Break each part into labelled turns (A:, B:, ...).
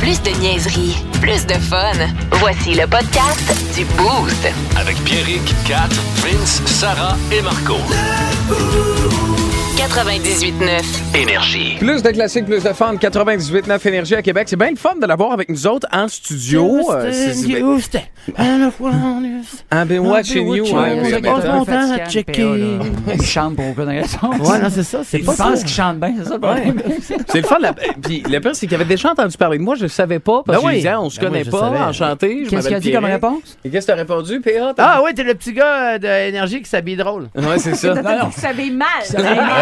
A: Plus de niaiserie, plus de fun. Voici le podcast du Boost.
B: Avec Pierrick, Kat, Vince, Sarah et Marco.
A: 98.9.
B: Énergie.
C: Plus de classiques, plus de fun. 98.9 Énergie à Québec. C'est bien le fun de l'avoir avec nous autres en studio. Euh, c'est- c'est bien-
D: ben- Ah,
C: I've been watching you. hein,
D: you.
C: oui,
D: C'est
C: mais
D: pas
C: attends.
D: bon. longtemps à checker.
E: Il chante pour aucune raison.
D: Ouais, non, c'est ça, c'est
E: Il
D: pas
E: pense
D: ça.
E: qu'il chante bien, c'est ça le problème.
C: C'est le fun. La... Puis le pire, c'est qu'il avait déjà entendu parler de moi. Je le savais pas. Parce
D: Ben
C: que je
D: oui.
C: disais, on se
D: Ben
C: connaît
D: oui, je
C: pas.
D: savais.
C: Enchanté.
E: Qu'est-ce
C: je
E: qu'il a
C: m'appelle
E: dit comme
C: Pierrick.
E: réponse?
C: Et qu'est-ce que t'as répondu, PA?
D: Ah ouais, t'es le petit gars d'énergie qui s'habille drôle.
C: Ouais, c'est ça.
E: Non, non.
F: s'habille mal.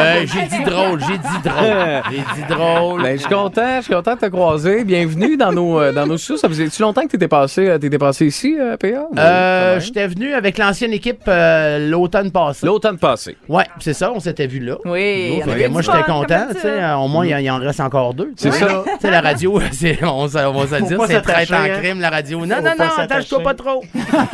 D: Euh, j'ai dit drôle, j'ai dit drôle. J'ai dit drôle.
C: Euh, Ben, je suis content, je suis content de te croiser. Bienvenue dans nos, euh, dans nos studios. Ça faisait-tu longtemps que t'étais passé, euh, t'étais passé ici, euh, PA?
D: Euh, J'étais venu avec l'ancienne équipe euh, l'automne passé.
C: L'automne passé.
D: Ouais, c'est ça, on s'était vu là.
F: Oui,
D: Fait que Eh moi, j'étais content, tu sais. euh, Au moins, il en- il en reste encore deux. tu
C: C'est
D: sais.
C: ça.
D: Tu sais, la radio, c'est- on, s'en- on va se le dire,
E: pas
D: c'est traite
E: s'attacher,
D: en
E: hein.
D: crime, la radio. Non,
E: Faut
D: non,
E: pas
D: non, attache-toi
E: s'attacher.
D: pas trop.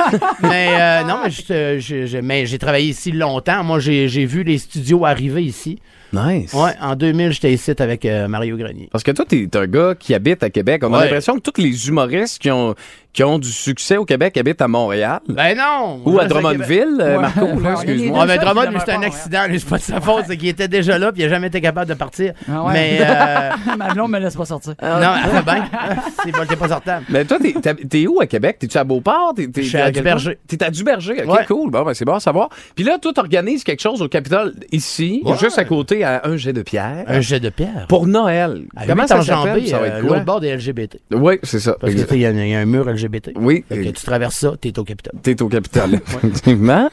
D: mais euh, non, mais je- je- je- mais j'ai travaillé ici longtemps. Moi, j'ai j'ai vu les studios arriver ici.
C: Nice.
D: Ouais, en 2000, j'étais ici avec euh, Mario Grenier.
C: Parce que toi, t'es un gars qui habite à Québec. On a
D: Ouais.
C: l'impression que tous les humoristes qui ont, qui ont du succès au Québec habitent à Montréal.
D: Ben non!
C: Ou à
D: Reste Québec.
C: Drummondville, euh,
E: Ouais.
C: Marco, là,
E: Ouais,
C: excuse-moi.
D: Ouais, mais
E: Ça,
D: Drummond,
E: c'est
D: lui, c'était un
E: vraiment
D: accident. Lui, c'est pas de sa faute. C'est qu'il était déjà là, puis il a jamais été capable de partir.
E: Ah ouais.
D: Mais. euh,
E: Ma blonde me laisse pas sortir.
D: non, elle va bien. C'est bon, t'es pas sortable.
C: Mais toi, t'es- t'es t'es où à Québec? T'es-tu à Beauport? T'es- t'es-
D: Je suis
C: t'es
D: à
C: quel
D: Duberger.
C: coin? T'es à Duberger. OK,
D: Ouais.
C: cool. Bon, ben, c'est bon à savoir. Puis là, toi, t'organises quelque chose au Capitole ici,
D: Ouais.
C: juste à côté, à un jet de pierre.
D: Un jet de pierre.
C: Pour Noël.
D: À
C: Comment
D: huit
C: ça
D: enjambées,
C: s'appelle? Ça va
D: euh,
C: être
D: L'autre
C: quoi?
D: bord des LGBT.
C: Oui, c'est ça.
D: Parce que, tu
C: Exact.
D: sais, il y, a un- il y a un mur LGBT.
C: Oui.
D: Fait que tu traverses ça, t'es au Capitole.
C: T'es au Capitole, effectivement.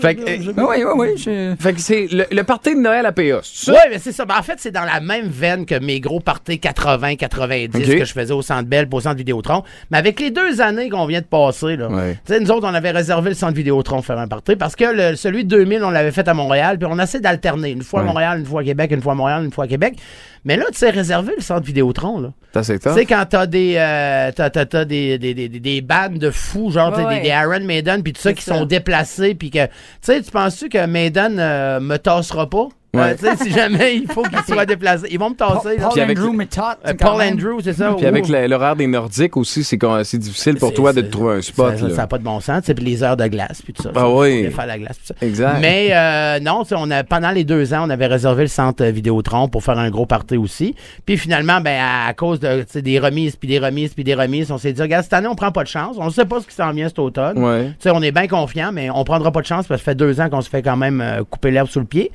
C: fait que, euh,
E: Oui, oui, oui. je-
C: fait que c'est le, le party de Noël à PA, c'est ça?
D: Oui, mais c'est ça. Ben, en fait, c'est dans la même veine que mes gros parties 80-90
C: Ok.
D: que je faisais au Centre Bell, puis au Centre Vidéotron. Mais avec les deux années qu'on vient de passer, là,
C: Ouais.
D: tu sais, nous autres, on avait réservé le Centre Vidéotron pour faire un party parce que le- celui de 2000, on l'avait fait à Montréal, puis on essaie d'alterner. Une fois à Montréal, une fois à Québec, une fois à Montréal, une fois à Québec. Mais là, tu sais, réserver le Centre Vidéotron, là.
C: Ça, c'est
D: Tu sais, quand t'as des, euh, t'as, t'as- t'as des, des, des, des- des bandes de fous, genre t'as
F: Ouais,
D: des-
F: ouais.
D: des, Iron Maiden, puis tout ça, qui
F: ça.
D: sont déplacés, puis que. Tu sais, tu penses-tu que Maiden euh, me tassera pas?
C: Ouais.
D: Euh, tu sais, si jamais il faut qu'il soit déplacé. Ils vont me tasser, là.
E: Paul
C: avec-
E: Andrew Method.
D: Euh, Paul
E: Ah
D: Andrew, c'est ça?
C: Puis avec la- l'horaire des Nordiques aussi, c'est quand- c'est difficile pour toi de te trouver un spot.
D: Ça
C: là.
D: n'a pas de bon sens, tu sais, puis les heures de glace, puis tout ça.
C: Ah
D: Ça,
C: oui.
D: faut bien Faire la glace, puis ça.
C: Exact.
D: Mais euh, non, tu sais, on a, pendant les deux ans, on avait réservé le centre euh, Vidéotron pour faire un gros party aussi. Puis finalement, ben, à, à cause de, tu sais, des remises, puis des remises, puis des remises, on s'est dit, regarde, cette année, on prend pas de chance. On ne sait pas ce qui s'en vient cet automne.
C: Ouais.
D: Tu sais, on est bien confiant, mais on prendra pas de chance parce que ça fait deux ans qu'on se fait quand même euh, couper l'herbe sous le pied.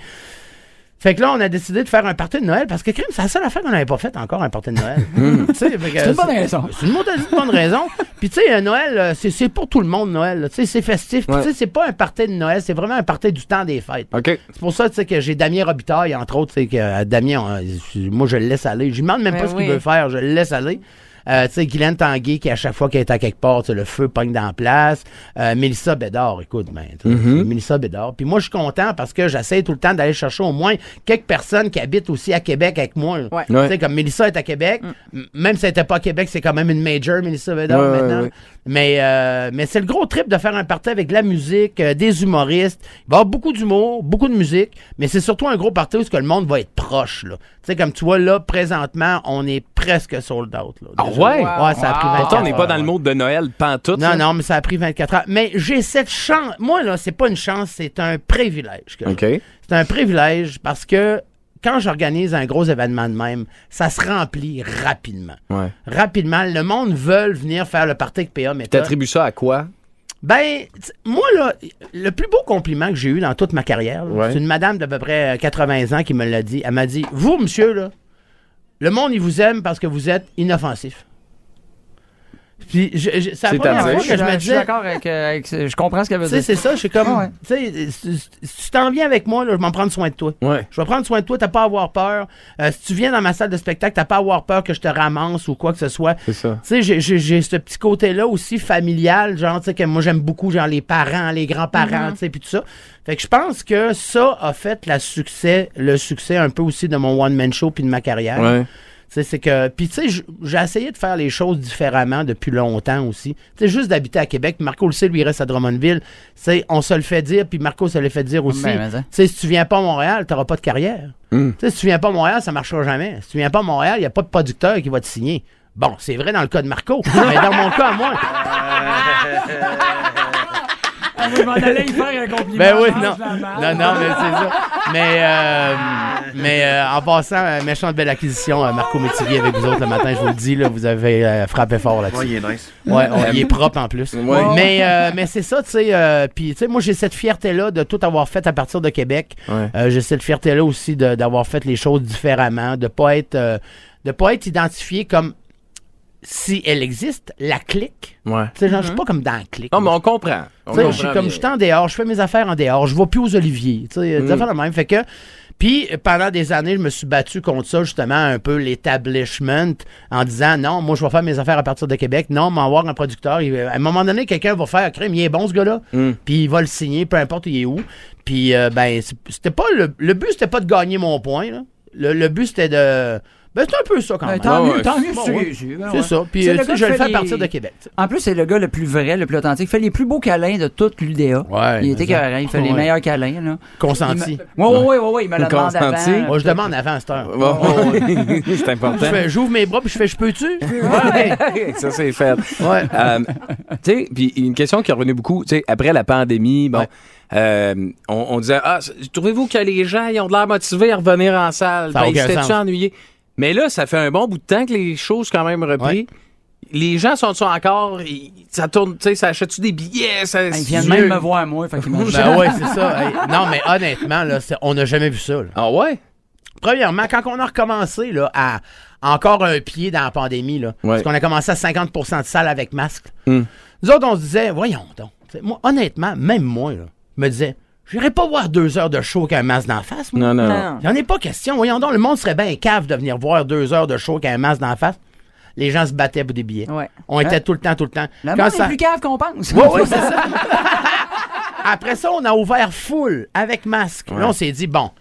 D: Fait que là, on a décidé de faire un party de Noël parce que, crime, c'est la seule affaire qu'on n'avait pas faite encore, un party de Noël. Tu sais, fait que-
E: C'est une bonne raison.
D: c'est une mauvaise bonne raison. Puis tu sais, euh, Noël, euh, c'est, c'est pour tout le monde, Noël. là. Tu sais, c'est festif. Puis
C: Ouais.
D: tu sais, c'est pas un party de Noël, c'est vraiment un party du temps des fêtes.
C: OK.
D: C'est pour ça tu sais, que j'ai Damien Robitaille, entre autres, c'est que euh, Damien, on- euh, moi je le laisse aller. Je lui demande même pas
F: Ben
D: ce qu'il
F: oui.
D: veut faire, je le laisse aller. Euh, tu sais, Guylaine Tanguay, qui à chaque fois qu'elle est à quelque part, tu sais, le feu pogne dans la place. Euh, Mélissa Bédard, écoute, ben, tu sais, c'est Mélissa Bédard. Puis moi, je suis content parce que j'essaie tout le temps d'aller chercher au moins quelques personnes qui habitent aussi à Québec avec moi. là.
F: Ouais. Mm.
D: Tu
C: Ouais.
D: sais, comme Mélissa est à Québec, m- même si elle n'était pas à Québec, c'est quand même une major, Mélissa Bédard,
C: Ouais, ouais,
D: maintenant.
C: ouais.
D: Mais, euh, mais c'est le gros trip de faire un party avec de la musique, euh, des humoristes. Il va y avoir beaucoup d'humour, beaucoup de musique, mais c'est surtout un gros party où ce que le monde va être proche. là. Tu sais, comme tu vois, là, présentement, on est presque sold out. Là,
C: Ah
D: déjà.
C: ouais?
D: Ouais, ça a pris 24
C: Pourtant, on n'est pas
D: heures,
C: dans le
D: ouais.
C: mode de Noël pantoute. là.
D: Non, non, mais ça a pris 24 heures. Mais j'ai cette chance. Moi, là, c'est pas une chance, c'est un privilège. que j'ai.
C: OK.
D: C'est un privilège parce que quand j'organise un gros événement de même, ça se remplit rapidement.
C: Ouais.
D: Rapidement, le monde veut venir faire le party avec PA Méthode.
C: T'attribues ça à quoi?
D: Ben, t- moi, là, le plus beau compliment que j'ai eu dans toute ma carrière, là,
C: Ouais.
D: c'est une madame d'à peu près euh, 80 ans qui me l'a dit. Elle m'a dit Vous, monsieur, là, le monde, il vous aime parce que vous êtes inoffensif. Puis, je- je- c'est la première
C: C'est-à-dire?
D: fois que je me
E: Je suis
D: disais.
E: d'accord avec. euh, avec ce- Je comprends ce qu'elle veut
D: Tu sais,
E: dire.
D: c'est ça, je suis comme.
E: Ah ouais.
D: Tu sais, euh, si- si tu t'en viens avec moi, là, je vais m'en prendre soin de toi.
C: Ouais.
D: Je vais prendre soin de toi, t'as pas à avoir peur. Euh, si tu viens dans ma salle de spectacle, t'as pas à avoir peur que je te ramasse ou quoi que ce soit.
C: C'est ça.
D: Tu sais, j'ai- j'ai j'ai ce petit côté-là aussi familial, genre, tu sais, que moi j'aime beaucoup, genre les parents, les grands-parents, tu sais, puis tout ça. Fait que je pense que ça a fait la succès, le succès un peu aussi de mon one-man show puis de ma carrière.
C: Ouais.
D: Tu sais, c'est que. Puis, tu sais, j- j'ai essayé de faire les choses différemment depuis longtemps aussi. Tu sais, juste d'habiter à Québec. Marco le sait, lui, il reste à Drummondville. Tu sais, on se le fait dire, puis Marco se le fait dire aussi.
E: Ben, mais, hein.
D: Tu sais, si tu viens pas à Montréal, t'auras pas de carrière.
C: Mm.
D: Tu sais, si tu viens pas à Montréal, ça marchera jamais. Si tu viens pas à Montréal, il n'y a pas de producteur qui va te signer. Bon, c'est vrai dans le cas de Marco, mais dans mon cas, moi.
E: Ah, vous m'en allez y faire un compliment.
D: Ben oui,
E: mange
D: non.
E: la marde.
D: Non, non, mais c'est ça. Mais, euh, mais euh, en passant, euh, méchante belle acquisition, euh, Marco Métivier avec vous autres le matin, je vous le dis, là, vous avez euh, frappé fort là-dessus.
F: il est nice.
D: Ouais, on- il est propre en plus.
C: Ouais.
D: Mais, euh, mais c'est ça, tu sais. euh, Puis, tu sais, moi, j'ai cette fierté-là de tout avoir fait à partir de Québec.
C: Ouais.
D: Euh, j'ai cette fierté-là aussi de- d'avoir fait les choses différemment, de pas être, euh, de pas être identifié comme si elle existe, la clique.
C: Ouais.
D: Tu sais, genre,
E: Mm-hmm.
D: je suis pas comme dans la clique.
C: Non, mais on comprend. On
D: Tu sais, je
C: comprend
D: suis
C: bien. Mm.
D: comme, je suis en dehors, je fais mes affaires en dehors, je vais plus aux oliviers, tu sais, des affaires de même. Fait que, puis euh, pendant des années, je me suis battu contre ça, justement, un peu l'établishment, en disant, non, moi, je vais faire mes affaires à partir de Québec, non, m'en voir un producteur. Il- à un moment donné, quelqu'un va faire, crème, il est bon, ce gars-là,
C: Mm.
D: puis il va le signer, peu importe où il est où. Puis, euh, ben, c'est- c'était pas, le, le but, c'était pas de gagner mon point, là. Le, le but, c'était de, ben, c'était un peu ça, quand
E: Ben,
D: même.
E: tant
C: Ouais,
E: mieux,
C: ouais.
E: tant mieux si tu
D: Ouais, ouais.
E: réussis, ben
D: C'est
E: ouais.
D: ça. Puis,
E: C'est
D: euh,
E: le
D: tu sais,
E: gars
D: je
E: qui
D: le
E: fait
D: fais à partir
E: les-
D: de Québec, tu sais.
E: En plus, c'est le gars le plus vrai, le plus authentique. Il fait les plus beaux câlins de toute l'UDA.
D: Ouais,
E: il était
D: mais ça.
E: écœurant. Il fait les
D: Ouais.
E: meilleurs câlins. Là.
D: Consenti.
E: Ouais, ouais, ouais, ouais, ouais, il me la demande
C: Consenti.
E: avant.
D: Moi, je demande avant à cette heure.
C: Bon. c'est important.
D: Je fais- J'ouvre mes bras puis je fais je peux-tu? Ah,
C: ça, c'est fait.
D: Ouais.
C: Euh, tu sais, puis une question qui revenait beaucoup, tu sais, après la pandémie, bon,
D: Ouais.
C: euh, on, on disait, ah, c- trouvez-vous que les gens, ils ont de l'air motivés à revenir en salle?
D: Ça a
C: Ben,
D: aucun
C: ils s'étaient-tu
D: sens.
C: ennuyés? Mais là, ça fait un bon bout de temps que les choses quand même repris.
D: Ouais.
C: Les gens sont-ils encore, ils- ça tourne, tu sais, ça achète-tu des billets? Ça,
E: Ah, il vient de même me voir, moi. Fait qu'il m'a-
D: Ben ouais, c'est ça. Hey, non, mais honnêtement, là, c'est- on n'a jamais vu ça. là.
C: Ah ouais?
D: Premièrement, quand on a recommencé là, à encore un pied dans la pandémie, là,
C: Ouais. Hmm.
D: parce qu'on a commencé à 50 de salles avec masque, nous autres, on se disait, voyons donc. Tu sais, moi, honnêtement, même moi, là, je me disais, j'irai pas voir deux heures de show qu'un masque d'en face. Moi.
C: Non, non, non.
E: Non.
D: J'en ai pas question. Voyons donc, le monde serait bien cave de venir voir deux heures de show qu'un masque d'en face. Les gens se battaient pour des billets.
E: Ouais.
D: On était tout le temps, tout le temps.
E: La
D: Quand
E: mort
D: ça-
E: est plus cave qu'on pense.
D: Oui, oui, c'est ça. Après ça, on a ouvert full avec masque. Là, on s'est dit, bon,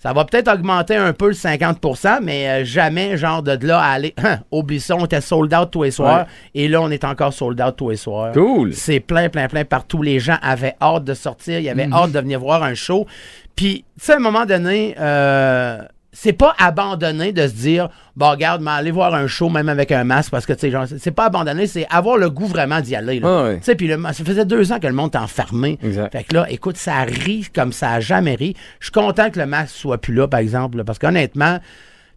D: ça va peut-être augmenter un peu le 50 mais euh, jamais, genre, de là à aller. Hein, oublie ça, on était sold out tous les soirs. Et là, on est encore sold out tous les soirs.
C: Cool.
D: C'est plein, plein, plein partout. Les gens avaient hâte de sortir, ils avaient
C: Mm-hmm.
D: hâte de venir voir un show. Puis, tu sais, à un moment donné, euh, c'est pas abandonné de se dire, bon, regarde, mais aller voir un show, même avec un masque, parce que, tu sais, genre, c'est- c'est pas abandonné, c'est avoir le goût vraiment d'y aller. là.
C: Ah ouais.
D: Tu sais, puis le- ça faisait deux ans que le monde était enfermé.
C: Exact.
D: Fait que là, écoute, ça rit comme ça a jamais ri. Je suis content que le masque soit plus là, par exemple, là, parce qu'honnêtement, tu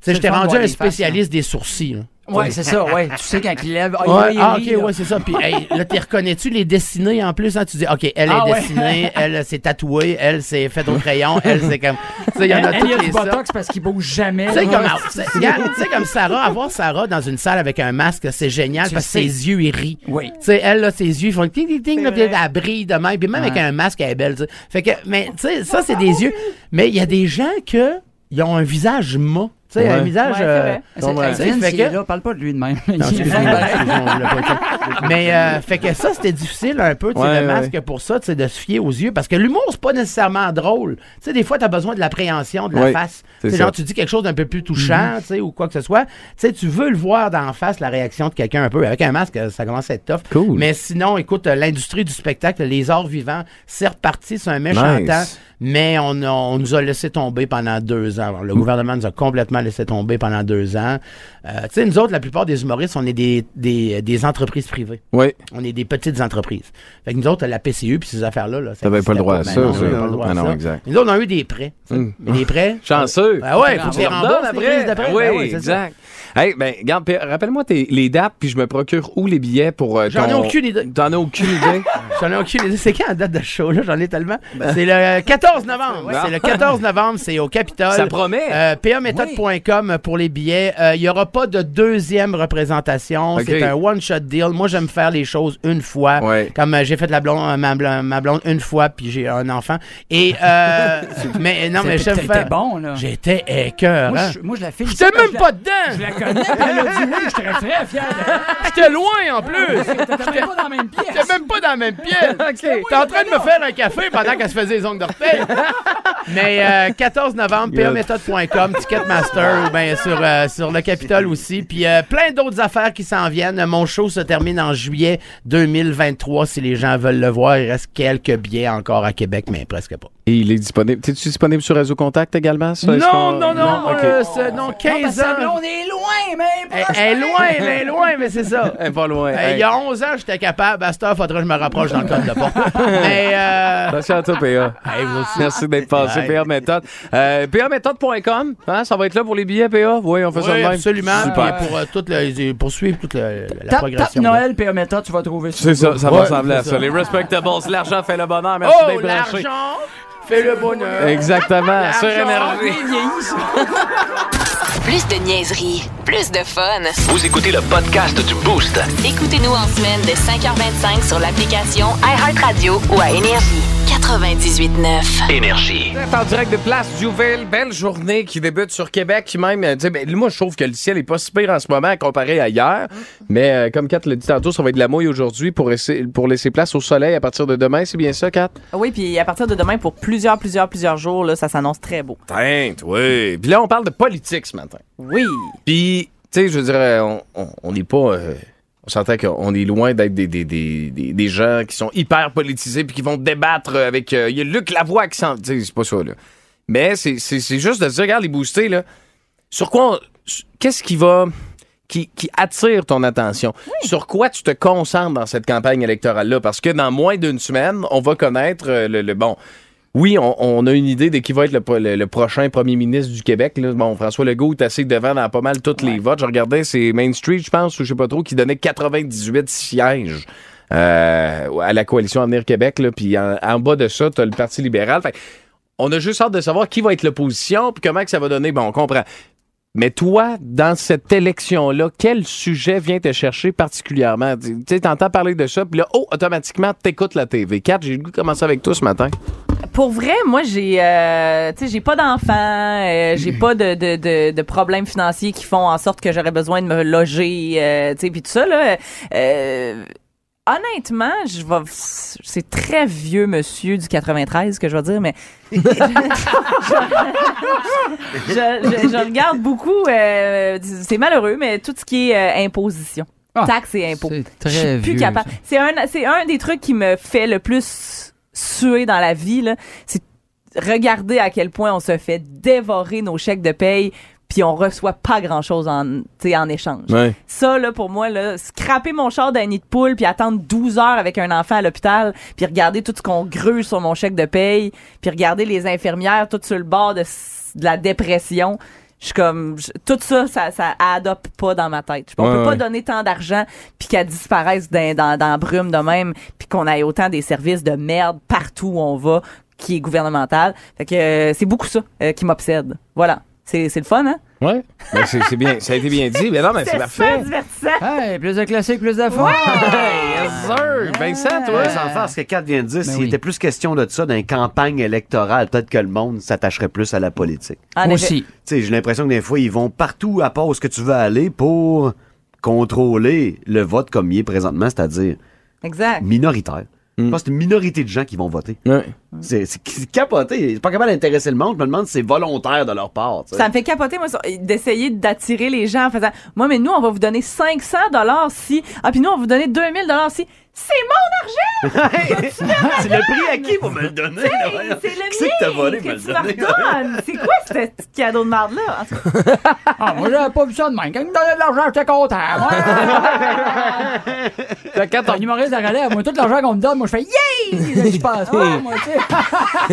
D: sais,
E: le
D: j'étais
E: fun de
D: rendu
E: voir
D: un
E: les faces, hein.
D: spécialiste des sourcils. là.
E: Ouais, c'est ça, ouais. Tu sais, quand il lève. ah, il
D: Ouais,
E: rit, il
D: ah,
E: rit,
D: ok,
E: là.
D: ouais, c'est ça. Puis, hey, là, tu reconnais-tu les dessinées en plus? Hein? Tu dis, ok, elle
E: Ah
D: est
E: ouais.
D: dessinée, elle s'est tatouée, elle s'est faite au crayon, elle c'est comme. Tu sais, il y en a
E: Elle, elle, il y a
D: toutes les
E: du
D: sortes.
E: botox parce qu'il bouge jamais.
D: Tu sais,
E: là.
D: comme, tu sais, regarde, tu sais, comme Sarah, avoir Sarah dans une salle avec un masque, c'est génial
E: Tu
D: parce que
E: sais.
D: ses yeux, ils rient.
E: Oui.
D: Tu sais, elle, là, ses yeux, ils font ting, ting, ting, là, puis elle brille de même. Puis même avec
E: Ouais.
D: un masque, elle est belle, tu sais. Fait que, mais, tu sais, ça, c'est des yeux. Mais il y a des gens que, ils ont un visage mat. Tu sais, un visage. euh,
E: C'est-
D: tu sais,
E: Vince,
D: fait
E: il
D: que-
E: est là, parle pas de lui de même. Il est
D: non, excuse-moi,
E: là, ben,
D: excuse-moi, on l'a pas dit. Mais euh, fait que ça, c'était difficile un peu, tu sais,
C: Ouais,
D: le
C: ouais.
D: masque pour ça, tu sais, de se fier aux yeux. Parce que l'humour, c'est pas nécessairement drôle. Tu sais, des fois, t'as besoin de l'appréhension, de la
C: Ouais,
D: face.
C: c'est
D: Tu sais,
C: ça. Mhm.
D: genre, tu dis quelque chose d'un peu plus touchant, tu sais, ou quoi que ce soit. Tu sais, tu veux le voir d'en face, la réaction de quelqu'un un peu. Avec un masque, euh, ça commence à être tough.
C: Cool.
D: Mais sinon, écoute, euh, l'industrie du spectacle, les arts vivants, c'est reparti, c'est un méchant
C: Nice.
D: temps. Mais on, a- on nous a laissé tomber pendant deux ans.
C: Mm.
D: Alors, le gouvernement nous a complètement laissé tomber pendant deux ans. Euh, tu sais, nous autres, la plupart des humoristes, on est des, des, des entreprises privées.
C: Oui.
D: On est des petites entreprises. Fait que nous autres, la PCU puis ces affaires-là, là, ça
C: T'avais
D: existait
C: pas le droit
D: Ben
C: à ça,
D: non,
C: ça.
D: on avait pas le droit à
C: Ah non,
D: ça.
C: exact. Mm.
D: Nous autres, on a eu des prêts. tu sais. Mais Des prêts.
C: Chanceux.
D: Ben ouais, faut que tu les
C: Leur donne
D: rembourses, les prises de prêt.
C: Ah Oui,
D: Ben ouais, c'est ça.
C: exact. Hey, ben, garde, puis rappelle-moi tes- les dates, puis je me procure où les billets pour. euh,
D: J'en ai
C: ton-
D: aucune idée.
C: T'en as aucune idée.
D: J'en ai aucune idée. C'est quand la date de show, là? J'en ai tellement.
C: Ben.
D: C'est le 14 novembre.
C: Non.
D: C'est le 14 novembre, c'est au Capitole.
C: Ah. Ça promet.
D: Euh, PAméthode.com pour les billets. Euh, Il n'y aura pas de deuxième représentation.
C: Ok.
D: C'est un one-shot deal. Moi, j'aime faire les choses une fois.
C: Ouais.
D: Comme euh, j'ai fait la blonde, euh, ma, blonde, ma blonde une fois, puis j'ai un enfant. Et, euh, mais non, mais j'aime
E: C'était
D: faire.
E: bon, là.
D: J'étais écœurant.
E: Moi, je- Moi, je la fais.
D: J'étais même pas dedans!
E: Je la connais, puis elle a dit oui, je serais très fier. de-
D: J'étais loin en plus!
E: T'étais même pas dans la même pièce.
D: J'étais même pas dans la même pièce. T'es en train de me faire un café pendant qu'elle se faisait les ongles d'orteil. Mais euh, 14 novembre, paméthode.com, Ticketmaster, ou bien sur, euh, sur le Capitole aussi. Puis euh, plein d'autres affaires qui s'en viennent. Mon show se termine en juillet 2023. Si les gens veulent le voir, il reste quelques billets encore à Québec, mais presque pas.
C: Et il est disponible. T'es-tu disponible sur Réseau Contact également? ça? Est-ce qu'on-
D: Non, non, non.
C: OK.
D: euh, c'est- non,
E: Non, parce
D: 15
E: que
D: ans.
E: on est loin. loin, mais.
D: Elle elle est loin, elle est loin, mais c'est ça.
C: Eh, pas loin.
D: Euh,
C: Hey.
D: Il y a 11 ans, j'étais capable. À cette heure, faudrait que je me rapproche dans le code de porte. Mais, euh,
C: Attention à toi, PA.
D: hey, vous aussi.
C: Merci d'être passé,
D: Ouais.
C: PA Méthode. Euh, PAméthode.com, hein, ça va être là pour les billets, PA? Oui, on fait ça de
D: Oui,
C: même.
D: absolument.
C: Super.
D: Puis Pour, euh, toute la- pour suivre toute la, la
E: Tape, tape
D: progression.
E: Noël, puis Meta, tu vas trouver ça.
C: C'est ça, ça va
D: Ouais,
C: ressembler à
D: c'est
C: ça.
D: ça.
C: Les Respectables, l'argent fait le bonheur. Merci
D: Oh,
C: d'être branché.
D: l'argent fait le bonheur.
C: Exactement, sur
D: L'argent.
C: Énergie.
A: Plus de niaiserie, plus de fun.
B: Vous écoutez le podcast du Boost.
A: Écoutez-nous en semaine de 5h25 sur l'application iHeartRadio ou à Énergie. 98.9.
B: Énergie.
C: Vous êtes En direct de Place Duville, belle journée qui débute sur Québec, qui même, euh, tu sais, ben, moi je trouve que le ciel est pas si pire en ce moment comparé à hier, mais euh, comme Kat l'a dit tantôt, ça va être de la mouille aujourd'hui pour, essayer- pour laisser place au soleil à partir de demain, c'est bien ça Kat?
F: Ah Oui, puis à partir de demain, pour plusieurs, plusieurs, plusieurs jours, là, ça s'annonce très beau.
C: Teinte, oui. Puis là on parle de politique ce matin.
F: Oui.
C: Puis, tu sais, je dirais, on- on on n'est pas. euh, on s'entend qu'on est loin d'être des, des, des, des, des gens qui sont hyper politisés puis qui vont débattre avec. euh, Il y a Luc Lavoie qui s'en. Tu sais, c'est pas ça, là. Mais c'est c'est- c'est juste de se dire, regarde, les boostés, là. Sur quoi. on- su- Qu'est-ce qui va. Qui, qui attire ton attention. Sur quoi tu te concentres dans cette campagne électorale-là? Parce que dans moins d'une semaine, on va connaître euh, le, le- bon. Oui, on, on a une idée de qui va être le, pro- le- le prochain premier ministre du Québec. là. Bon, François Legault est assez devant dans pas mal tous les votes. Je regardais, c'est Main Street, je pense, ou je sais pas trop, qui donnait 98 sièges euh, à la coalition Avenir Québec. là. Puis en, en bas de ça, tu as le Parti libéral. Fait que on a juste hâte de savoir qui va être l'opposition puis comment que ça va donner. Bon, on comprend. Mais toi, dans cette élection-là, quel sujet vient te chercher particulièrement? Tu sais, t'entends parler de ça, puis là, oh, automatiquement, t'écoutes la TV. 4, j'ai le goût de commencer avec toi ce matin.
F: Pour vrai, moi, j'ai, euh, tu sais, j'ai pas d'enfants, euh, j'ai pas de, de, de, de problèmes financiers qui font en sorte que j'aurais besoin de me loger, euh, tu sais, puis tout ça, là. euh, honnêtement, je vais, c'est très vieux monsieur du 93 que je vais dire, mais je, je- je regarde beaucoup, euh, c'est malheureux, mais tout ce qui est euh, imposition.
E: Ah,
F: Taxes et impôts. Je
E: C'est très
F: suis plus
E: vieux,
F: capable.
E: ça.
F: C'est un, c'est un des trucs qui me fait le plus suer dans la vie. là. C'est regarder à quel point on se fait dévorer nos chèques de paye puis on reçoit pas grand-chose en, tu sais, en échange.
C: Ouais.
F: Ça, là, pour moi, là, scraper mon char d'un nid de poule puis attendre 12 heures avec un enfant à l'hôpital puis regarder tout ce qu'on gruge sur mon chèque de paye puis regarder les infirmières toutes sur le bord de, s- de la dépression. Je suis comme je- tout ça, ça, ça adopte pas dans ma tête. Je- On
C: Ouais,
F: peut pas
C: ouais.
F: donner tant d'argent puis qu'elle disparaisse dans, dans, dans la brume de même puis qu'on ait autant des services de merde partout où on va qui est gouvernemental. Fait que euh, c'est beaucoup ça euh, qui m'obsède. Voilà. C'est c'est le fun, hein?
C: Ouais. Ben, c'est c'est bien, ça a été bien dit. Mais non, mais c'est
F: C'est
C: parfait.
F: super divertissant.
E: Hey, plus de classique, plus de fun.
C: Sir, Vincent, toi.
G: Ouais, sans faire ce que Kat vient de dire, s'il
E: oui.
G: était plus question de ça dans une campagne électorale, peut-être que le monde s'attacherait plus à la politique.
F: En effet.
E: Aussi.
G: Tu sais, j'ai l'impression que des fois, ils vont partout à part où ce que tu veux aller pour contrôler le vote comme il est présentement, c'est-à-dire
F: Exact.
G: minoritaire. Je pense que c'est une minorité de gens qui vont voter.
C: Ouais.
G: C'est c'est- c'est capoté. C'est pas capable d'intéresser le monde. Je me demande si c'est volontaire de leur part. tu sais.
F: Ça me fait capoter, moi, sur- d'essayer d'attirer les gens en faisant, moi, mais nous, on va vous donner 500 dollars si, ah, puis nous, on va vous donner 2000 dollars si. C'est mon argent!
G: C'est le prix à qui pour me le donner? là, voyons?
F: C'est le
G: Qui c'est que t'as
F: mien
G: volé
F: que
G: me le
F: tu
G: donner?
F: me redonnes! C'est quoi ce petit cadeau de marde-là? En tout cas,
E: Ah, moi, j'avais pas vu ça de même. Quand il me donnait de l'argent, j'étais content. Moi,
C: Fait que quand
E: un humoriste de la relève, moi, tout l'argent qu'on me donne, moi, je fais yay! Je passe pas, moi, tu sais.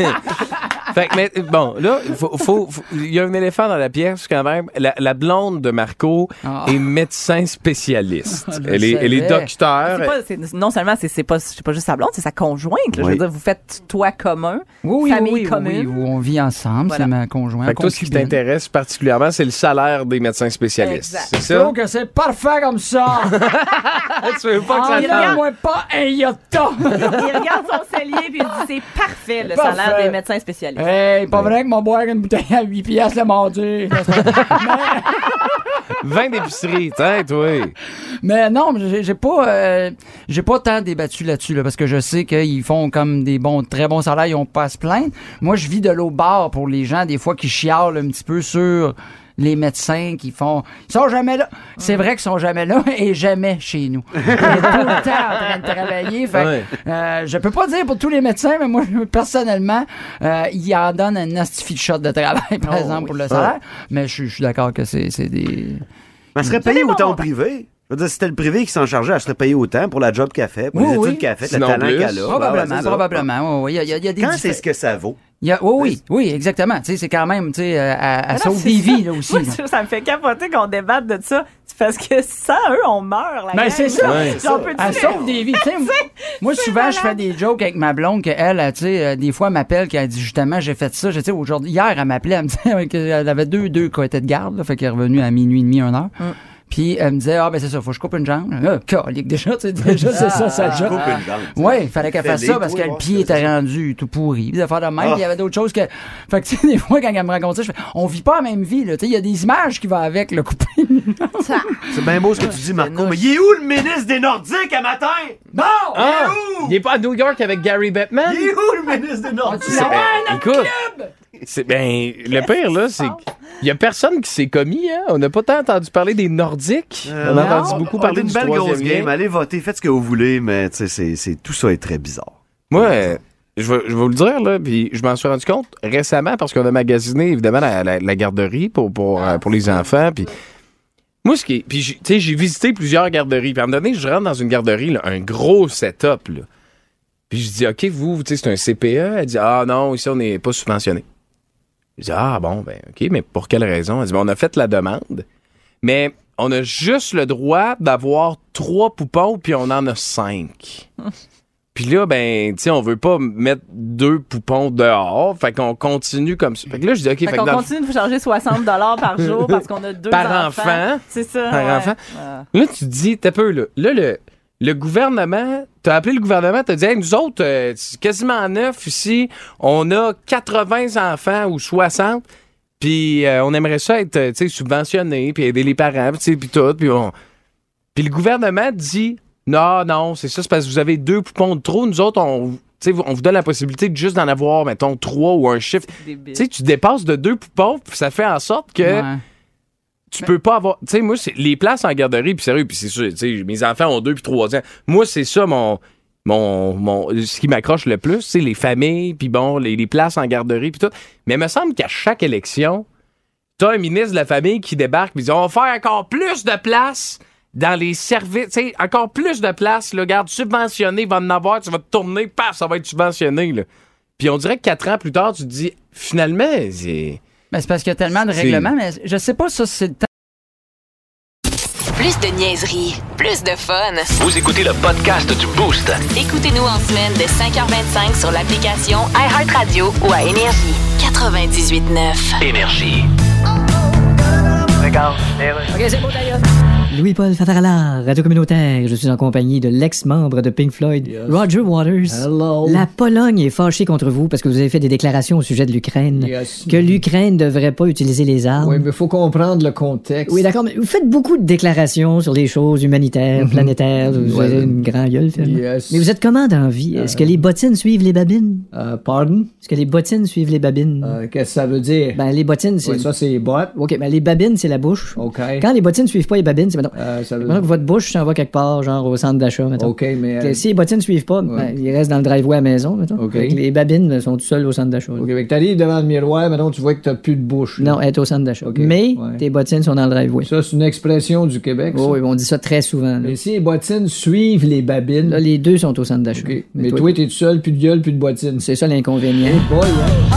C: on- fait que, mais, bon, là, il faut, faut- faut- il y a un éléphant dans la pièce quand même. La, la blonde de Marco
E: Ah.
C: est médecin spécialiste.
E: le
C: elle, est, elle
E: savais.
C: est docteur.
F: c'est pas- c'est- non seulement, c'est c'est pas, c'est pas juste sa blonde, c'est sa conjointe, là. Je veux
G: Oui.
F: dire, vous faites toit commun.
E: Oui, oui,
F: Famille
E: oui, oui,
F: commune.
E: oui, on vit ensemble,
F: Voilà.
E: c'est ma conjointe.
C: Fait que toi, ce qui
E: concubine.
C: t'intéresse particulièrement, c'est le salaire des médecins spécialistes.
F: Exact.
C: C'est
E: Je
C: ça?
E: trouve que c'est parfait comme ça.
C: tu veux pas
E: Ah,
C: que ça tombe?
E: moi pas un iota.
F: Il regarde son cellier puis il dit, c'est parfait, le
E: Parfait.
F: salaire des médecins spécialistes.
E: hey, pas vrai que mon boire une bouteille à 8 piastres le mardi.
C: 20 d'épicerie, t'es, toi.
E: Mais non, j'ai j'ai pas, euh, j'ai pas tant débattu là-dessus, là, parce que je sais qu'ils font comme des bons, très bons salaires, ils ont pas à se plaindre. Moi, je vis de l'eau barre pour les gens, des fois, qui chialent un petit peu sur les médecins qui font. Ils sont jamais là. C'est vrai qu'ils sont jamais là et jamais chez nous. Ils sont tout le temps en train de travailler. Fait, que,
C: Ouais.
E: euh, je peux pas dire pour tous les médecins, mais moi, personnellement, euh, ils en donnent un nasty shot de travail, par exemple, pour le salaire. Mais je, suis- je suis d'accord que c'est c'est des.
G: Mais elle serait
F: C'est
G: payée
F: des bons
G: autant au
F: montants.
G: privé. Je veux dire, si c'était le privé qui s'en chargeait, elle serait payée autant pour la job qu'elle fait, pour
E: Oui,
G: les études
E: oui.
G: qu'elle fait, le
C: Sinon
G: talent
C: plus.
G: qu'elle a. Ouais,
E: Probablement,
G: ouais, c'est ça.
E: probablement. oui, oui. Il y a, il y a des
G: Quand c'est
E: diffé-
G: ce que ça vaut?
E: il y a- oui, oui, oui, exactement. Tu sais, c'est quand même, tu sais, euh, à, à
F: Ah non,
E: sauve
F: c'est
E: des
F: ça.
E: vies, là, aussi.
F: Moi,
E: là.
F: ça, ça me fait capoter qu'on débatte de ça. C'est parce que sans eux, on meurt. La
E: Ben,
F: gang,
E: c'est
F: là.
E: ça.
C: Ouais.
F: Genre, on peut
E: Elle
F: dire-
E: sauve des vies. Tu sais, moi, souvent, je fais des jokes avec ma blonde qu'elle, elle, tu sais, euh, des fois, elle m'appelle, qu'elle dit justement, j'ai fait ça. Je sais, aujourd'hui, hier, elle m'appelait, elle me disait qu'elle avait deux, deux qui étaient de garde, là, fait qu'elle est revenue à minuit et demi, une heure. Puis elle me disait, ah, ben c'est ça, faut que je coupe une jambe. Ah, calique, déjà, tu sais, déjà, c'est ça, sa
G: Je
E: jambe.
G: coupe une jambe.
E: Ah. Ouais, il fallait qu'elle fasse
G: Fais-les,
E: ça parce
G: toi,
E: que le
C: hein,
G: voir
E: pied
G: ce que
E: était rendu tout pourri. Des affaires de même,
G: Ah.
E: puis il y avait d'autres choses que. Fait que, tu sais, des fois, quand elle me raconte ça, je fais, on vit pas la même vie, là. Tu sais, il y a des images qui vont avec, le coupé.
C: Euh.
G: C'est bien beau ce que tu dis, Marco, mais il est où le ministre des Nordiques à matin?
E: Ah, Non!
C: Ah!
G: Yahoo!
C: Il est pas à New York avec Gary Bettman?
G: Il est où le ministre des Nordiques?
E: Ah,
C: C'est- ben, écoute, c'est ben le pire là, c'est qu'il y a personne qui s'est commis. Hein? On n'a pas tant entendu parler des Nordiques. on a entendu beaucoup
G: Euh, on
C: parler
G: a Ah, une
C: du
G: belle
C: troisième
G: grosse game.
C: lien.
G: Allez voter, faites ce que vous voulez, mais tu sais, c'est- c'est- tout ça est très bizarre.
C: Moi, euh, je vais, je vais vous le dire là, puis je m'en suis rendu compte récemment parce qu'on a magasiné évidemment la, la- la garderie pour pour euh, pour les enfants. Puis moi, ce qui, est- puis j'ai- tu sais, j'ai visité plusieurs garderies. Puis à un moment donné, je rentre dans une garderie, là, un gros setup là. Puis je dis, OK, vous, tu sais, c'est un CPE. Elle dit, Ah non, ici, on n'est pas subventionné. Je dis, Ah bon, ben, OK, mais pour quelle raison? Elle dit, Ben, on a fait la demande, mais on a juste le droit d'avoir trois poupons, puis on en a cinq. puis là, ben, tu sais, on veut pas mettre deux poupons dehors. Fait qu'on continue comme ça. Fait que là, je dis, OK, fait,
F: Fait
C: que
F: qu'on
C: dans le-
F: continue de vous charger 60 par jour parce qu'on a deux
C: Par
F: enfants. Ah,
C: enfant.
F: C'est ça.
C: Par
F: ouais.
C: enfant.
F: Ouais.
C: Là, tu te dis, t'as peu, là. Là, le, le gouvernement, t'as appelé le gouvernement, t'as dit, hey, nous autres, euh, c'est quasiment neuf ici, on a 80 enfants ou 60, puis euh, on aimerait ça être, euh, tu sais, subventionné, puis aider les parents, puis tu sais, puis tout, puis on... Puis le gouvernement dit, non, non, c'est ça, c'est parce que vous avez deux poupons de trop, nous autres, on... tu sais, on vous donne la possibilité de juste d'en avoir, mettons, trois ou un chiffre. Tu
F: Débile.
C: sais, tu dépasses de deux poupons, puis ça fait en sorte que
E: Ouais.
C: tu peux pas avoir. Tu sais, moi, c'est les places en garderie, puis sérieux, puis c'est sûr, tu sais, mes enfants ont deux puis trois ans. Moi, c'est ça mon. Mon, mon, ce qui m'accroche le plus, c'est les familles, puis bon, les, les places en garderie, puis tout. Mais il me semble qu'à chaque élection, t'as un ministre de la famille qui débarque, puis dit on va faire encore plus de places dans les services, tu sais, encore plus de places, là, garde subventionné, va en avoir, tu vas te tourner, paf, ça va être subventionné, là. Puis on dirait que quatre ans plus tard, tu te dis, finalement, c'est.
E: Mais c'est parce qu'il y a tellement de
C: C'est-
E: règlements, mais je sais pas ça, c'est le temps.
A: Plus de niaiserie, plus de fun.
B: Vous écoutez le podcast du Boost.
A: Écoutez-nous en semaine de 5h25 sur l'application iHeartRadio ou à Énergie. 98.9.
B: Énergie.
H: Louis-Paul Favarala, Radio Communautaire. Je suis en compagnie de l'ex-membre de Pink Floyd, Roger Waters. La Pologne est fâchée contre vous parce que vous avez fait des déclarations au sujet de l'Ukraine.
I: Yes.
H: Que l'Ukraine ne devrait pas utiliser les armes.
I: Oui, mais faut comprendre le contexte.
H: Oui, d'accord, mais vous faites beaucoup de déclarations sur des choses humanitaires, planétaires. Vous
I: Mhm. Ouais.
H: avez une grande gueule, finalement.
I: Yes.
H: Mais vous êtes comment dans la vie? Est-ce que les bottines suivent les babines?
I: Euh, pardon?
H: Est-ce que les bottines suivent les babines?
I: Euh, Qu'est-ce que ça veut dire?
H: Ben, les bottines, c'est...
I: Ouais, ça, c'est bot.
H: OK, ben les babines, c'est la bouche.
I: OK.
H: Quand les bottines suivent pas les babines, c'est... mettons-
I: Euh, ça veut
H: Mettons que votre bouche s'en va quelque part, genre au centre d'achat, mettons.
I: OK, mais.
H: Que
I: euh,
H: si les bottines ne suivent pas,
I: Ouais.
H: ben, ils restent dans le driveway à la maison, mettons.
I: OK.
H: Fait que les babines ben, sont tout seules au centre d'achat. là.
I: OK, mais que t'arrives devant le miroir, maintenant tu vois que t'as plus de bouche. là.
H: Non, être au centre d'achat.
I: OK.
H: Mais
I: Ouais.
H: tes bottines sont dans le driveway.
I: Ça, c'est une expression du Québec. ça.
H: Oh, oui, on dit ça très souvent. Là.
I: Mais si les bottines suivent les babines.
H: Là, les deux sont au centre d'achat.
I: OK. Mais toi, t'es tout seul, plus de gueule, plus de bottines.
H: c'est ça l'inconvénient.
I: Boy, hein?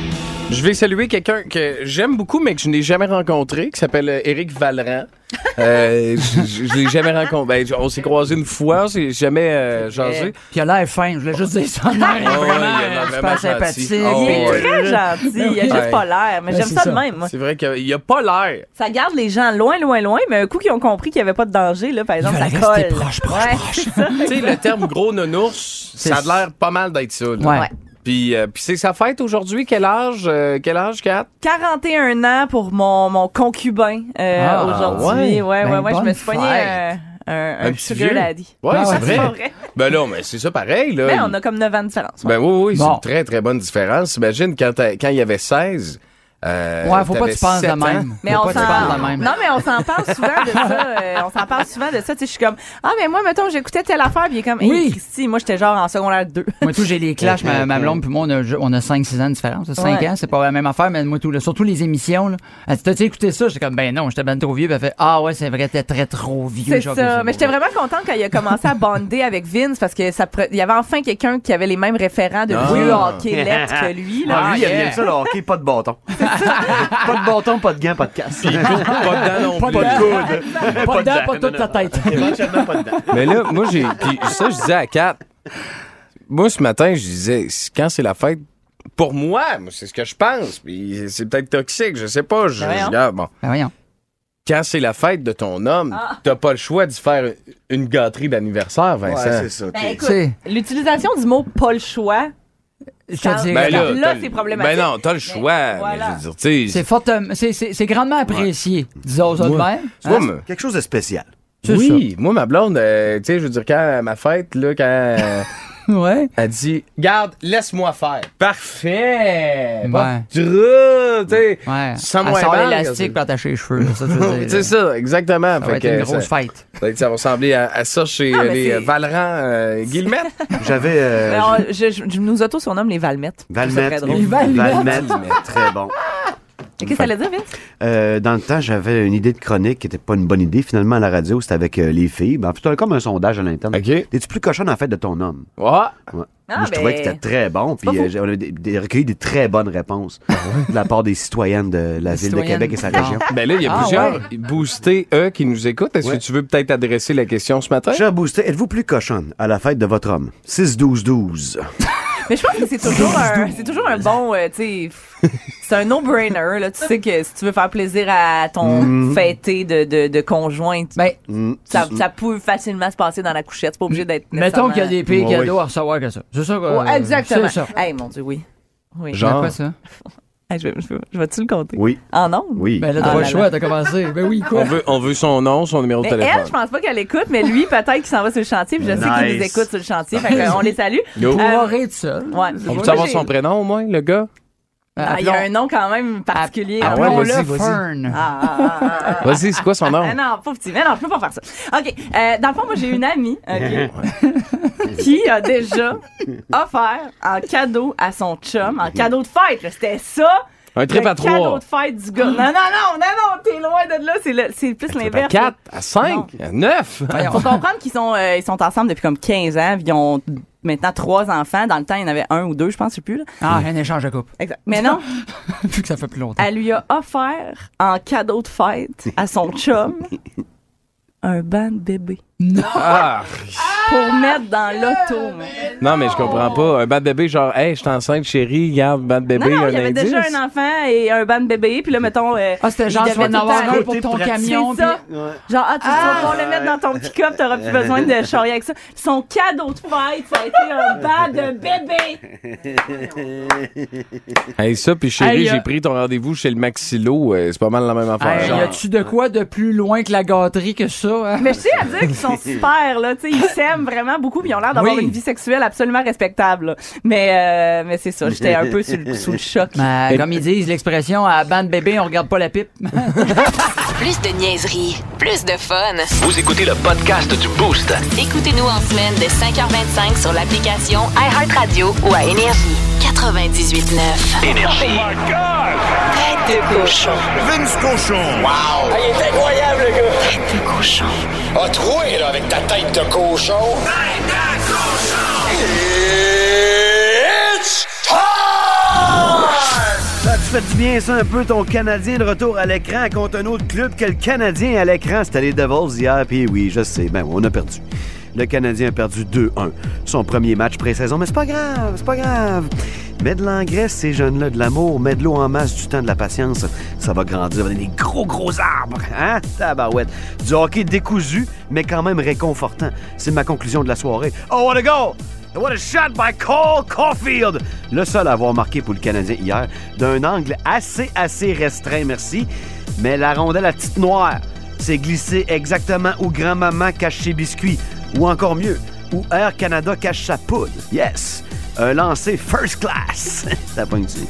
C: Je vais saluer quelqu'un que j'aime beaucoup, mais que je n'ai jamais rencontré, qui s'appelle euh, Éric Valran. Euh, je- je je l'ai jamais rencontré. Ben, on s'est croisé une fois, on s'est jamais euh, jasé.
E: Puis il a l'air fin, je voulais juste dire ça. Non,
C: il a l'air vraiment
E: super sympathique.
C: gentil. Oh,
F: Il est
C: ouais.
F: très gentil. Il a
C: Ouais.
F: juste pas l'air. Mais
E: Ouais,
F: j'aime
E: c'est
F: ça de
E: ça.
F: même. moi.
C: C'est vrai qu'il n'y a pas l'air.
F: Ça garde les gens loin, loin, loin. Mais un coup qu'ils ont compris qu'il n'y avait pas de danger, là, par exemple, ça
E: veulent
F: colle.
E: rester proche, proche,
F: Ouais,
E: proche.
F: c'est ça.
C: tu sais, le terme gros nounours, ça a l'air pas mal d'être ça. là.
E: Ouais.
F: Ouais.
C: Puis, euh, puis c'est sa fête aujourd'hui. Quel âge, euh, quel âge, Kat?
F: 41 ans pour mon, mon concubin euh,
E: Ah,
F: aujourd'hui. Ouais,
E: ouais.
F: ouais, ouais.
E: Ben,
F: je me
E: bonne
F: suis pogné
E: fête.
F: euh, un, un
C: Un petit
F: petit
C: vieux.
F: girl daddy.
C: Ouais,
E: Ah,
C: c'est
E: ouais. Ben,
C: vrai.
F: Pas vrai.
C: Ben non, mais c'est ça pareil. Là.
F: Mais
C: Il-
F: on a comme 9 ans de différence. ouais.
C: Ben oui, oui, c'est
E: Bon.
C: une très, très bonne différence. Imagine quand, t'as- quand il y avait 16, Euh,
E: Ouais, faut pas que
C: t'avais
E: tu penses de
C: sept ans.
E: même.
F: Mais
E: Ben, Faut
F: on
E: pas que
F: s'en
E: tu penses de même.
F: Non, mais on s'en parle souvent de ça. euh, on s'en parle souvent de ça. Tu sais, je suis comme Ah, mais moi, mettons, j'écoutais telle affaire, puis il est comme
E: Oui.
F: Hey, Christy, moi j'étais genre en secondaire 2.
E: Moi, tout, j'ai les clashs, ma, ma blonde, puis moi, on a, ju- on a 5-6 ans de différence. 5
F: Ouais.
E: ans, c'est pas la même affaire, mais moi, tout, là, surtout les émissions, là. Elle dit, t'as-tu écouté ça? J'étais comme, ben non, j'étais ben trop vieux, puis elle fait, ah ouais, c'est vrai, t'es très trop vieux.
F: C'est
E: genre,
F: ça.
E: que-
F: Mais j'étais vraiment contente quand il a commencé à bonder avec Vince parce que ça pre- il y avait enfin quelqu'un qui avait les mêmes référents de
E: Ah.
F: vieux hockey lettre que lui. Là.
G: Ah, lui, il aime ça, le hockey, pas de bâton. pas de bâton, pas de gants, pas de casse.
C: Pas de dents non plus.
E: Pas dedans, pas toute ta tête.
C: Mais là, moi, j'ai. Puis ça, je disais à Kat. Moi, ce matin, je disais, c- quand c'est la fête, pour moi, moi, c'est ce que je pense. Puis c'est peut-être toxique, je sais pas. Je,
F: Ben voyons.
C: je- ah, bon.
E: Ben voyons.
C: Quand c'est la fête de ton homme,
F: Ah.
C: t'as pas le choix d'y faire une gâterie d'anniversaire, Vincent.
G: ça.
F: Ben, écoute,
E: C'est-
F: l'utilisation du mot pas le choix,
E: Je
F: Ben
E: te dis,
F: là,
C: t'as le-
F: c'est problématique.
C: Ben non, t'as le choix.
F: voilà.
C: mais je veux dire, tu sais,
E: c'est fortement, c'est, c'est, c'est grandement apprécié, disons ça de
C: Moi-
E: même.
C: tu vois,
E: Hein?
C: me-
G: Quelque chose de spécial.
E: C'est
C: oui, moi, ma blonde, euh, tu sais, je veux dire, quand à ma fête, là, quand.
E: Ouais.
C: Elle dit Garde, laisse-moi faire. Parfait.
E: Ouais.
C: Pas de truc, tu sais.
E: Ouais.
C: Tu sens
E: Elle
C: moins
E: sort
C: mal,
E: l'élastique pour attacher les cheveux. là, ça, tu veux dire,
C: C'est ça, exactement.
E: Ça
C: Fait
E: va être
C: que
E: une grosse
C: ça,
E: fête.
C: fait que ça va ressembler à, à ça chez
F: Ah,
C: euh,
F: mais
C: les
F: c'est-
C: euh, Valran euh, Guillemette.
G: J'avais euh,
F: Ben, on- je, je- je nous auto-surnomme les Valmettes.
G: Valmette.
F: très drôle.
G: Les
E: Valmettes.
G: Valmettes, Très bon.
F: Et Qu'est-ce que ça veut dire, Vince?
G: Euh, dans le temps, j'avais une idée de chronique qui n'était pas une bonne idée. Finalement, à la radio, c'était avec euh, les filles. Ben, en fait, c'était comme un sondage à l'interne.
C: OK.
G: Es-tu plus cochonne en fait de ton homme?
C: Ah,
G: Ouais.
F: Ah,
G: Moi, je
F: ben,
G: trouvais que c'était très bon. Puis
F: pas faux.
G: euh, j'ai- on a des- des- recueilli des très bonnes réponses de la part des citoyennes de la
E: Les
G: ville de
E: citoyennes.
G: Québec et sa région.
C: ben là, il y a
E: Ah,
C: plusieurs boostés, eux, qui nous écoutent. Est-ce
G: Ouais.
C: que tu veux peut-être adresser la question ce matin?
G: Cher Boosté, êtes-vous plus cochonne à la fête de votre homme? 6-12-12.
F: Mais je pense que c'est toujours un, c'est toujours un bon, euh, tu sais, c'est un no-brainer, là. Tu sais que si tu veux faire plaisir à ton fêté de, de, de conjoint, tu-
E: Ben,
G: Mm.
F: ça, ça peut facilement se passer dans la couchette. C'est pas obligé d'être.
E: mettons qu'il y a des pires
G: Ouais,
E: cadeaux à recevoir que ça. C'est ça.
F: nécessairement-
E: quoi.
F: Ouais, exactement.
E: C'est ça.
C: Ah.
F: Hey, mon Dieu, oui. Oui.
C: Genre-
E: Quoi, ça?
F: Hey, je, vais- je, vais- je vais-tu le compter?
G: Oui,
F: En ondes?
G: oui.
E: Ben là, t'as
F: Ah
E: pas le
F: là
E: choix, t'as commencé. Ben oui,
C: On
E: quoi.
C: veut, on veut son nom, son numéro de
F: Mais
C: téléphone.
F: Ben, elle, je pense pas qu'elle écoute, mais lui, peut-être qu'il s'en va sur le chantier. puis je sais qu'il nous
G: Nice.
F: écoute sur le chantier. Fait qu'on les salue.
C: Yo.
E: Pour
F: Euh,
E: arrêter de ça.
F: Ouais.
C: On
F: Moi,
C: peut savoir
F: j'ai-
C: son prénom au moins, le gars?
F: Ah, Il y a un nom quand même particulier.
E: Ah
C: ouais,
E: ouais,
C: vas-y,
E: le
C: vas-y.
E: Fern.
F: Ah, ah, ah, ah, ah.
C: Vas-y, c'est quoi son nom?
F: Ah non, pauvre petit. Mais non, je peux pas faire ça. OK. Euh, dans le fond, moi, j'ai une amie ok, qui a déjà offert en cadeau à son chum, en cadeau de fête. là, C'était ça.
C: Un trip
F: le
C: à
F: cadeau
C: trois.
F: de fête du gars. Non, non, non, non, non, t'es loin de là. C'est, le- c'est plus
C: À
F: l'inverse.
C: quatre, à cinq, à neuf.
F: Faut comprendre qu'ils sont, euh, ils sont ensemble depuis comme 15 ans. Ils ont maintenant trois enfants. Dans le temps, il y en avait un ou deux, je pense, je sais plus. là.
E: Ah, un échange de couple.
F: Exact. Mais non,
E: Vu que ça fait plus longtemps.
F: elle lui a offert en cadeau de fête à son chum un banc de bébé.
C: Ah,
F: pour mettre dans l'auto. man.
C: Non, mais je comprends pas. Un bat de bébé, genre, hey, je suis enceinte, chérie, regarde, bat de
F: Non,
C: bébé,
F: non,
C: un
F: il y avait
C: indice.
F: déjà un enfant et un ban de bébé, puis là, mettons. euh,
E: Ah, c'était
F: il
E: genre, tu
F: devait
E: vas en
F: tout le
E: avoir
F: temps-
E: un pour ton camion.
F: C'est ça. Genre, ah, tu vas pouvoir le mettre dans ton pick-up, t'auras plus besoin de charrier avec ça. Son cadeau de fête, ça a été un ban de bébé.
C: Hey, ça, puis chérie,
E: Hey, euh,
C: j'ai
F: ah.
C: pris ton rendez-vous chez le Maxilo. euh, c'est pas mal la même
E: puis-
C: affaire.
E: Hey,
C: genre.
E: y a-tu de quoi de plus loin que la gâterie que ça? hein?
F: Mais je sais à dire qu'ils sont super, là. Tu sais, ils s'aiment vraiment beaucoup, puis ils ont l'air d'avoir
E: Oui.
F: une vie sexuelle absolument respectable, là. Mais, euh, mais c'est ça, j'étais un peu sous, le- sous le choc.
E: Ben, comme ils disent, l'expression à bande bébé, on regarde pas la pipe.
A: Plus de niaiserie, plus de fun.
B: Vous écoutez le podcast du Boost.
A: Écoutez-nous en semaine de 5h25 sur l'application iHeartRadio ou à Énergie. 98.9.
B: Énergie.
A: Tête de cochon.
J: Vince Cochon. Wow! Ah,
B: il est incroyable, le gars.
A: Tête de cochon.
J: A troué, là, avec ta tête de cochon. Tête de cochon! It's time!
G: Ça te fait du bien, ça, un peu, ton Canadien de retour à l'écran contre un autre club que le Canadien à l'écran. C'était les Devils hier, puis oui, je sais, ben on a perdu. Le Canadien a perdu 2-1. Son premier match pré-saison, mais c'est pas grave, c'est pas grave. Mets de l'engrais, ces jeunes-là, de l'amour, mets de l'eau en masse, du temps, de la patience. Ça va grandir, devenir des gros, gros arbres. Hein? Tabarouette. Du hockey décousu, mais quand même réconfortant. C'est ma conclusion de la soirée. Oh, what a goal! And What a shot by Cole Caulfield! Le seul à avoir marqué pour le Canadien hier, d'un angle assez, assez restreint, merci. Mais la rondelle à petite noire s'est glissée exactement où grand-maman cache ses biscuits, ou encore mieux, où Air Canada cache sa poudre. Yes! Un lancé first class! Ça pointe-tu?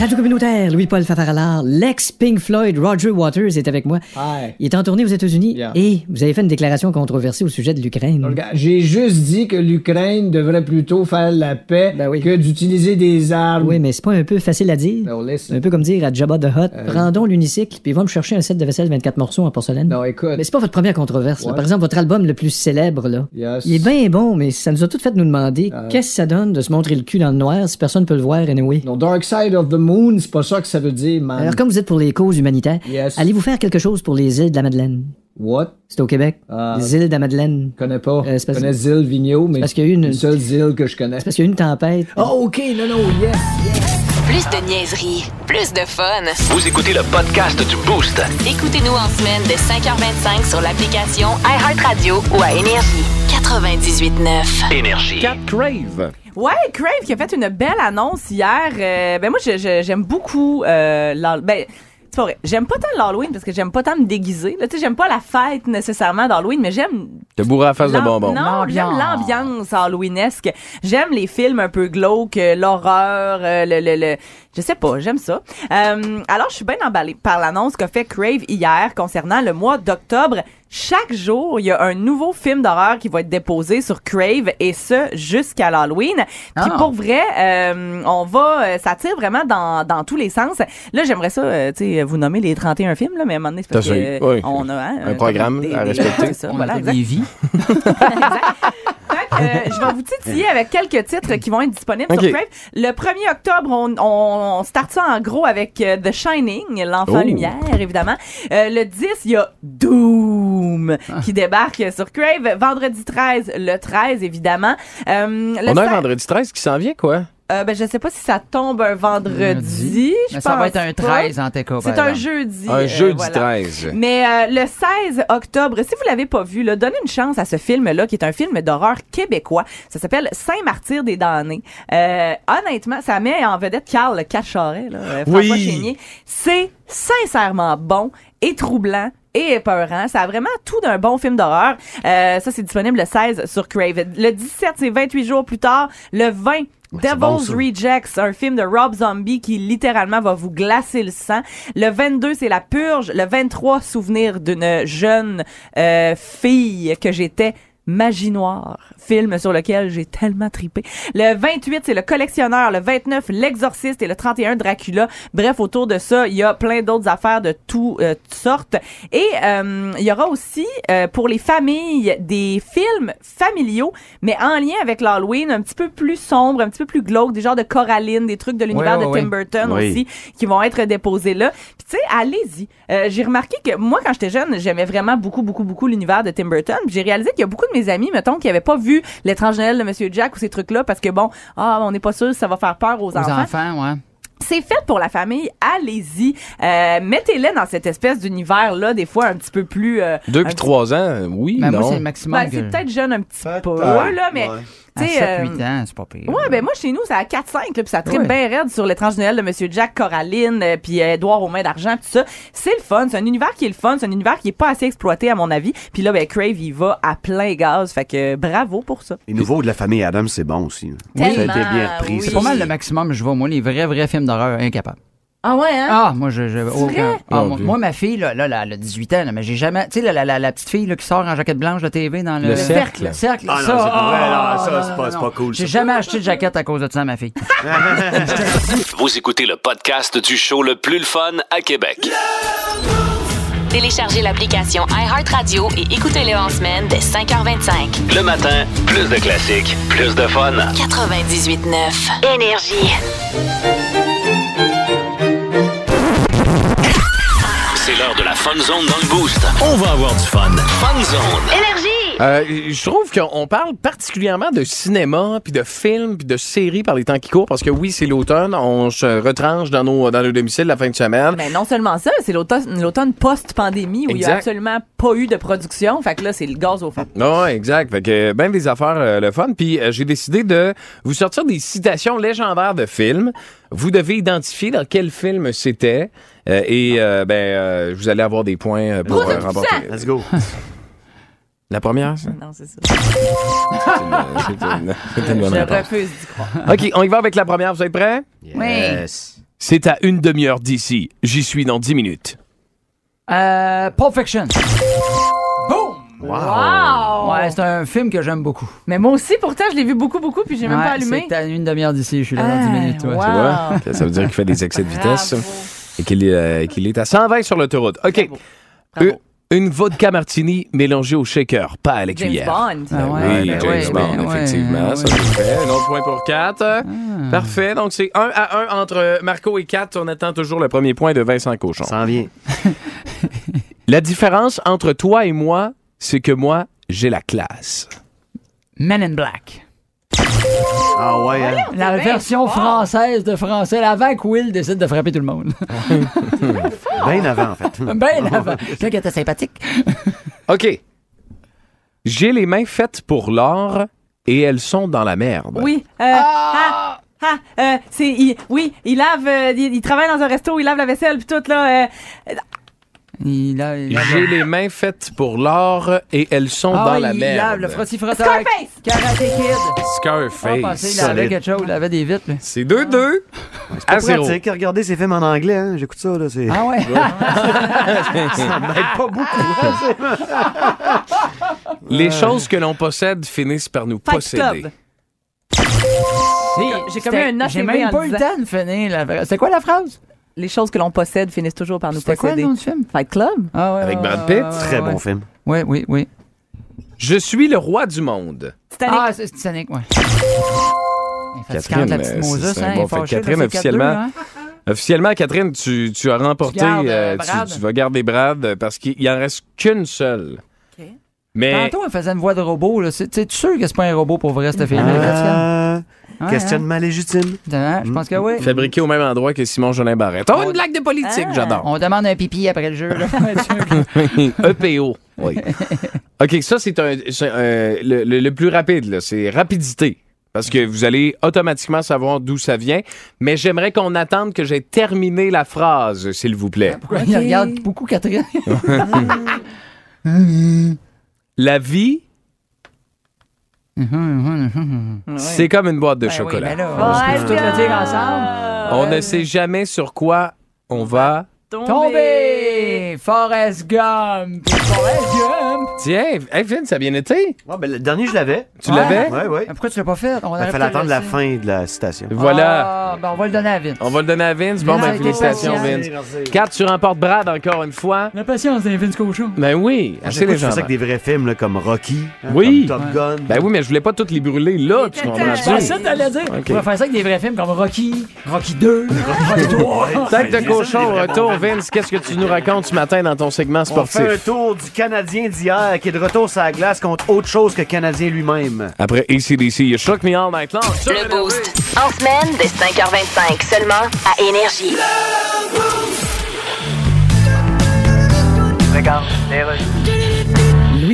H: Radio communautaire, Louis-Paul Fafaralard, l'ex-Pink Floyd Roger Waters est avec moi.
I: Hi.
H: Il est en tournée aux États-Unis
I: Yeah.
H: et vous avez fait une déclaration controversée au sujet de l'Ukraine.
I: Regarde, J'ai juste dit que l'Ukraine devrait plutôt faire la paix
H: Ben oui.
I: que d'utiliser des armes. Ben,
H: Oui, mais c'est pas un peu facile à dire.
I: No,
H: C'est un
I: listen.
H: peu comme dire à Jabba the Hutt,
I: Euh,
H: rendons l'unicycle puis va me chercher un set de vaisselle 24 morceaux en porcelaine.
I: Non, écoute.
H: Mais c'est pas votre première controverse. là.
I: Ouais.
H: Par exemple, votre album le plus célèbre, là.
I: Yes.
H: Il est bien bon, mais ça nous a tout fait nous demander
I: Ah.
H: qu'est-ce que ça donne de se montrer le cul dans le noir si personne peut le voir, anyway.
I: Non, Dark Side of the Moon, c'est pas ça que ça veut dire, man.
H: Alors, comme vous êtes pour les causes humanitaires,
I: Yes.
H: allez-vous faire quelque chose pour les îles de la Madeleine?
I: What?
H: C'est au Québec.
I: Ah.
H: Les îles de la Madeleine.
I: Je connais pas.
H: Euh, c'est
I: je
H: parce-
I: connais Zille Vigneault, mais
H: parce qu'il y a eu une-
I: c'est la seule Zille que je connais.
H: Parce qu'il y a eu une tempête.
I: Oh, OK, non, non, yes.
A: Plus de niaiserie. Plus de fun.
B: Vous écoutez le podcast du Boost.
A: Écoutez-nous en semaine dès 5h25 sur l'application iHeartRadio ou à Énergie. 98.9.
B: Énergie.
C: Cat Crave.
F: Ouais, Crave qui a fait une belle annonce hier. Euh, ben moi, je- je- j'aime beaucoup euh, l'Hall- ben, c'est pas vrai. J'aime pas tant l'Halloween parce que j'aime pas tant me déguiser. Là, tu sais, j'aime pas la fête nécessairement d'Halloween, mais j'aime
C: Te bourré à la face de
F: L'am-
C: bonbons.
F: Non, j'aime
E: L'ambiance.
F: l'ambiance halloweenesque. J'aime les films un peu glauques, euh, l'horreur, euh, le, le, le- Je sais pas, j'aime ça. Euh, alors, je suis bien emballée par l'annonce qu'a fait Crave hier concernant le mois d'octobre. Chaque jour, il y a un nouveau film d'horreur qui va être déposé sur Crave et ce jusqu'à l'Halloween. Puis
E: Ah.
F: pour vrai, euh, on va, euh, ça tire vraiment dans, dans tous les sens. Là, j'aimerais ça, euh, tu sais, vous nommer les 31 films là, mais à un moment donné, c'est parce
C: T'as
F: que,
C: ça, oui.
F: on a hein,
C: Un programme
F: des-
C: à
F: des-
C: respecter.
F: c'est ça,
E: On
F: voilà,
E: a
F: exact.
E: des vies.
F: Fait que, euh, je vais vous titiller avec quelques titres qui vont être disponibles
C: Ok.
F: sur Crave. Le 1er octobre, on, on, on start ça en gros avec euh, The Shining, l'enfant
C: Oh.
F: lumière, évidemment. Euh, le 10, il y a Doom
C: Ah.
F: qui débarque sur Crave. Vendredi 13, le 13, évidemment. Euh, le
C: On a un
F: cin-
C: vendredi 13 qui s'en vient, quoi.
F: euh, ben, je sais pas si ça tombe un vendredi. je
E: Mais ça va
F: pense
E: être un hein,
F: pas.
E: 13 en tes cas. par
F: C'est un
E: exemple.
F: jeudi.
C: Un
F: euh,
C: jeudi
F: voilà.
C: 13.
F: Mais euh, le 16 octobre, si vous l'avez pas vu, là, donnez une chance à ce film-là, qui est un film d'horreur québécois. Ça s'appelle Saint-Martyr des damnés. Euh, honnêtement, ça met en vedette Carl Cacharet, là, euh,
C: Oui.
F: François Chénier. C'est sincèrement bon et troublant. Et épeurant. Ça a vraiment tout d'un bon film d'horreur. Euh, ça, c'est disponible le 16 sur Crave. Le 17, c'est 28 jours plus tard. Le 20,
G: c'est
F: Devil's
G: bon, ça.
F: Rejects, un film de Rob Zombie qui littéralement va vous glacer le sang. Le 22, c'est La Purge. Le 23, Souvenir d'une jeune euh, fille que j'étais. Magie noire, film sur lequel j'ai tellement tripé. Le 28, c'est Le Collectionneur. Le 29, L'Exorciste. Et le 31, Dracula. Bref, autour de ça, il y a plein d'autres affaires de tout, euh, toutes sortes. Et euh, il y aura aussi, euh, pour les familles, des films familiaux, mais en lien avec l'Halloween, un petit peu plus sombre, un petit peu plus glauque, des genres de Coraline, des trucs de l'univers
E: ouais,
F: de
E: ouais.
F: Tim Burton
G: Oui.
F: aussi, qui vont être déposés là. Puis tu sais, allez-y. Euh, j'ai remarqué que moi, quand j'étais jeune, j'aimais vraiment beaucoup, beaucoup, beaucoup l'univers de Tim Burton. Puis j'ai réalisé qu'il y a beaucoup de mes amis, mettons, qui n'avaient pas vu L'étrange Noël de Monsieur Jack ou ces trucs-là, parce que bon, ah, on n'est pas sûr si ça va faire peur
E: Aux enfants, ouais.
F: c'est fait pour la famille, allez-y. Euh, Mettez-les dans cette espèce d'univers-là, des fois un petit peu plus... euh,
C: Deux
F: un
C: puis
F: petit-
C: trois ans, oui,
E: Mais moi, c'est
C: non.
E: le maximum.
F: Ben, c'est
E: que-
F: peut-être jeune un petit peu, là, mais...
E: à
F: tu sais,
E: 7, 8
F: euh,
E: ans, c'est pas pire.
F: Ouais, ben moi chez nous, c'est à 4-5, là, puis ça tripe
E: Ouais.
F: bien raide sur l'étrange Noël de Monsieur Jack, Coraline, euh, puis euh, Édouard aux mains d'argent, tout ça. C'est le fun, c'est un univers qui est le fun, c'est un univers qui est pas assez exploité à mon avis. Puis là, ben Crave, il va à plein gaz, fait que euh, bravo pour ça.
G: Les nouveaux de la famille Adams, c'est bon aussi.
F: Tellement,
G: ça a été bien repris.
F: oui.
G: ça.
E: C'est pas mal le maximum, je vois, moi, les vrais, vrais films d'horreur, incapable.
F: Ah ouais, hein?
E: Ah, moi, je. je- aucun-
F: vrai?
E: Ah,
C: Mon
E: moi,
C: Dieu.
E: moi, ma fille, là, là, là, elle a 18 ans, là, mais j'ai jamais. Tu sais, la, la, la, la petite fille là, qui sort en jaquette blanche de TV dans le.
C: Le cercle.
E: Le cercle.
G: Ah non,
E: ça,
G: c'est pas vrai,
E: ah,
G: non, ça,
E: non,
G: c'est
E: non,
G: pas-
E: non,
G: c'est pas
E: non.
G: cool,
E: J'ai
G: ça.
E: jamais acheté de jaquette à cause de ça, ma fille.
B: Vous écoutez le podcast du show le plus le fun à Québec.
A: Téléchargez l'application iHeartRadio et écoutez-le en semaine dès 5h25.
B: Le matin, plus de classiques, plus de fun.
A: 98.9. Énergie.
B: C'est l'heure de la Fun Zone dans le Boost. On va avoir du fun. Fun Zone.
C: Euh, je trouve qu'on parle particulièrement de cinéma, puis de films, puis de séries par les temps qui courent, parce que oui, c'est l'automne, on se retranche dans nos, dans nos domiciles la fin de semaine.
F: Mais non seulement ça, c'est l'automne l'automne post-pandémie où il n'y a
C: Exact.
F: absolument pas eu de production. Fait que là, c'est le gaz au fond.
C: Non, exact. Fait que ben des affaires euh, le fun. Puis euh, j'ai décidé de vous sortir des citations légendaires de films. Vous devez identifier dans quel film c'était. euh, et euh, ben euh, vous allez avoir des points euh, pour
F: Gros
C: euh, remporter.
F: obscent.
G: Let's go.
C: La première, ça?
F: Non, c'est ça.
C: C'est une- c'est une bonne
F: Je
C: réponse.
F: refuse d'y croire.
C: OK, on y va avec la première. Vous êtes prêts? C'est à une demi-heure d'ici. J'y suis dans dix minutes.
E: Euh, Pulp Fiction. Boom!
F: Wow!
C: Oh!
E: Ouais, c'est un film que j'aime beaucoup.
F: Mais moi aussi, pourtant, je l'ai vu beaucoup, beaucoup, puis j'ai même
E: Ouais,
F: pas allumé.
E: C'est à une demi-heure d'ici, je suis là dans 10
F: Ah,
E: minutes. ouais.
F: wow.
C: Tu vois? Ok, Ça veut dire qu'il fait des excès de vitesse
F: Bravo.
C: et qu'il est, euh, qu'il est à 120 sur l'autoroute. OK.
F: Bravo. Bravo.
C: Euh, Une vodka martini mélangée au shaker, pas à
F: James
C: la cuillère.
F: Bond.
E: Ah ouais.
C: Oui,
E: ben
C: James
E: ouais,
C: Bond,
E: ben ouais,
C: effectivement.
E: ouais. Ah.
C: ça, c'est fait. Un autre point pour 4. Parfait. Donc, c'est 1 à 1 entre Marco et 4. On attend toujours le premier point de Vincent Cochon.
G: S'en vient.
C: La différence entre toi et moi, c'est que moi, j'ai la classe.
E: Men in Black.
G: Ah ouais, hein?
E: La
F: bien
E: version
F: fort.
E: française de français, avant que Will décide de frapper tout le monde.
G: Bien avant, en fait.
E: ben avant. Quelqu'un qui était sympathique.
C: OK. J'ai les mains faites pour l'or et elles sont dans la merde.
F: Oui. euh, ah! ah, euh, c'est, il- oui, il lave, euh, il, il travaille dans un resto, il lave la vaisselle, puis tout, là. euh,
E: Il a, il a-
C: J'ai les mains faites pour l'or et elles sont
E: Ah
C: dans
E: ouais,
C: la
E: il
C: merde.
E: lave le frottis frotteur.
F: Scarface!
E: Karate Kid. Ah, pensez,
C: Scarface.
E: il avait
G: Solide.
E: quelque chose, il avait des vitres. là.
C: C'est 2-2 à 0.
G: Pratique, regardez ces films en anglais, hein. J'écoute ça, là. C'est
E: Ah ouais.
G: pas beaucoup. hein, c'est-
C: Les choses que l'on possède finissent par nous
F: Fight
C: posséder.
F: Club.
E: Si,
F: J'ai comme
E: c'était-
F: eu un notch
E: J'ai
F: élevé
E: même
F: en
E: pas eu
F: le
E: le
F: disant.
E: temps de finir la phrase. C'est quoi la phrase?
F: Les choses que l'on possède finissent toujours par nous
E: C'était quoi le
F: posséder.
E: nom du film?
F: Fight Club?
E: Ah ouais,
C: Avec
E: ouais,
C: Brad
E: ouais,
C: Pitt?
E: ouais,
G: Très
E: ouais.
G: bon film.
E: Oui, oui, oui.
C: Je suis le roi du monde.
F: Titanic.
E: Ah, c'est Titanic, ouais.
C: Catherine,
E: Catherine, la petite
C: euh,
E: Moses,
C: c'est un
E: hein,
C: bon
E: elle est
C: fait.
E: fâchée, là,
C: Catherine,
E: c'est 4-2,
C: officiellement,
E: hein.
C: Officiellement, Catherine, tu, tu as remporté.
E: Tu gardes,
C: euh,
E: euh,
C: tu,
E: Brad.
C: tu vas garder Brad euh, parce qu'il il en reste qu'une seule.
F: Ok.
C: Mais
E: Tantôt, elle faisait une voix de robot. là. C'est- T'es-tu sûr que c'est pas un robot pour vrai,
C: Ah,
E: cette fille-là? Catherine?
G: Euh,
E: Ouais,
G: questionnement légitime.
E: hein. Hein, Je pense
C: Mm.
E: que oui.
C: fabriqué au même endroit que Simon Jolin Barrette. Oh, une blague de politique,
F: Ah.
C: j'adore.
E: On demande un pipi après le jeu. là.
C: EPO. E Oui. OK, ça, c'est un, c'est un- le, le- le plus rapide, là. C'est rapidité. Parce que vous allez automatiquement savoir d'où ça vient. Mais j'aimerais qu'on attende que j'ai terminé la phrase, s'il vous plaît.
E: Pourquoi il regarde beaucoup Catherine?
C: La vie, c'est comme une boîte de chocolat.
E: mais Ben là, on se peut
F: Ah!
E: tout le dire ensemble.
C: On ne sait jamais sur quoi on va.
E: Tombé! Forrest Gump! Forrest Gump!
C: Tiens, hey Vin, ça a bien été.
G: Ouais, ben, le dernier, je l'avais.
C: Tu
E: Ouais.
C: l'avais?
G: Ouais, ouais.
E: Mais Pourquoi tu l'as pas fait?
G: Il
E: On aurait pu
G: Ben, fallait attendre
E: le
G: la
E: laisser.
G: fin de la citation.
C: Voilà.
E: Ah, ben on va le donner à Vince.
C: On va le donner à Vince. Bon, ben,
E: Merci,
C: félicitations, Vince.
E: merci.
C: Kat, tu remportes Brad encore une fois.
E: La patience d'un Vince
G: Mm.
E: Cochon.
C: Ben oui, assez
G: C'est
C: les
G: les
C: gens.
G: ça avec des vrais films là, comme Rocky, hein,
C: Oui.
G: comme Top Gun.
C: Ben oui, mais je voulais pas toutes les brûler là, tu
E: Ben,
C: comprends-tu?
E: ça, t'allais dire.
C: Ok.
E: On va faire ça avec des vrais films comme Rocky, Rocky 2, Rocky 3.
C: Sac de cochon, retour, Vince. Qu'est-ce que tu nous racontes ce matin dans ton segment
G: On fait un
C: sportif?
G: tour du Canadien d'hier qui est de retour sur la glace contre autre chose que Canadien lui-même.
C: Après ACDC, you shook me all night long. Sur
A: Le Boost. En semaine dès 5h25 seulement à Énergie.
H: Louis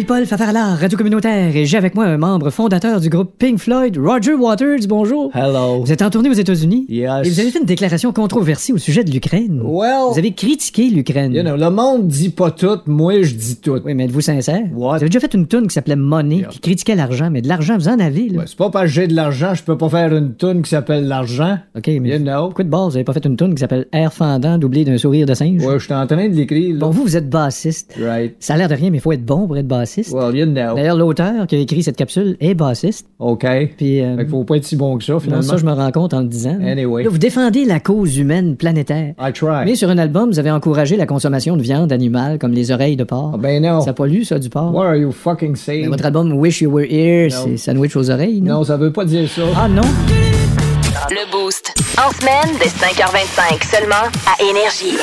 H: Louis-Paul Favarlard, Radio Communautaire, et j'ai avec moi un membre fondateur du groupe Pink Floyd, Roger Waters. Bonjour.
I: Hello.
H: Vous êtes en tournée aux États-Unis
I: Yes.
H: et vous avez fait une déclaration controversée au sujet de l'Ukraine.
I: Well,
H: Vous avez critiqué l'Ukraine.
I: you know, le monde dit pas tout, moi je dis tout.
H: Oui, mais êtes-vous sincère?
I: What?
H: Vous avez déjà fait une tune qui s'appelait Money, qui critiquait l'argent, mais de l'argent, vous en avez, là.
I: Ouais, c'est pas parce que j'ai de l'argent, je peux pas faire une toune qui s'appelle l'argent.
H: OK, mais
I: You know.
H: pourquoi de base, vous avez pas fait une tune qui s'appelle Air fendant, doublé d'un sourire de singe?
I: Ouais, je suis en train de l'écrire. là.
H: Bon, vous, vous êtes bassiste.
I: Right.
H: Ça a l'air de rien, mais il faut être bon pour être bassiste.
I: Well, you know.
H: D'ailleurs, l'auteur qui a écrit cette capsule est bassiste.
I: OK.
H: Puis, euh,
I: Fait qu'il faut pas être si bon que ça,
H: non,
I: finalement.
H: ça, je me rends compte en le disant.
I: Anyway.
H: Là, vous défendez la cause humaine planétaire.
I: I try.
H: Mais sur un album, vous avez encouragé la consommation de viande animale, comme les oreilles de porc.
I: Ah, ben non.
H: Ça pollue, ça, du porc.
I: What are you fucking
H: Mais
I: saying?
H: Ben, votre album Wish You Were Here,
I: Non.
H: c'est sandwich aux oreilles, non?
I: Non, ça veut pas dire ça.
H: Ah non?
A: Le Boost. En semaine, dès 5h25, seulement à Énergie.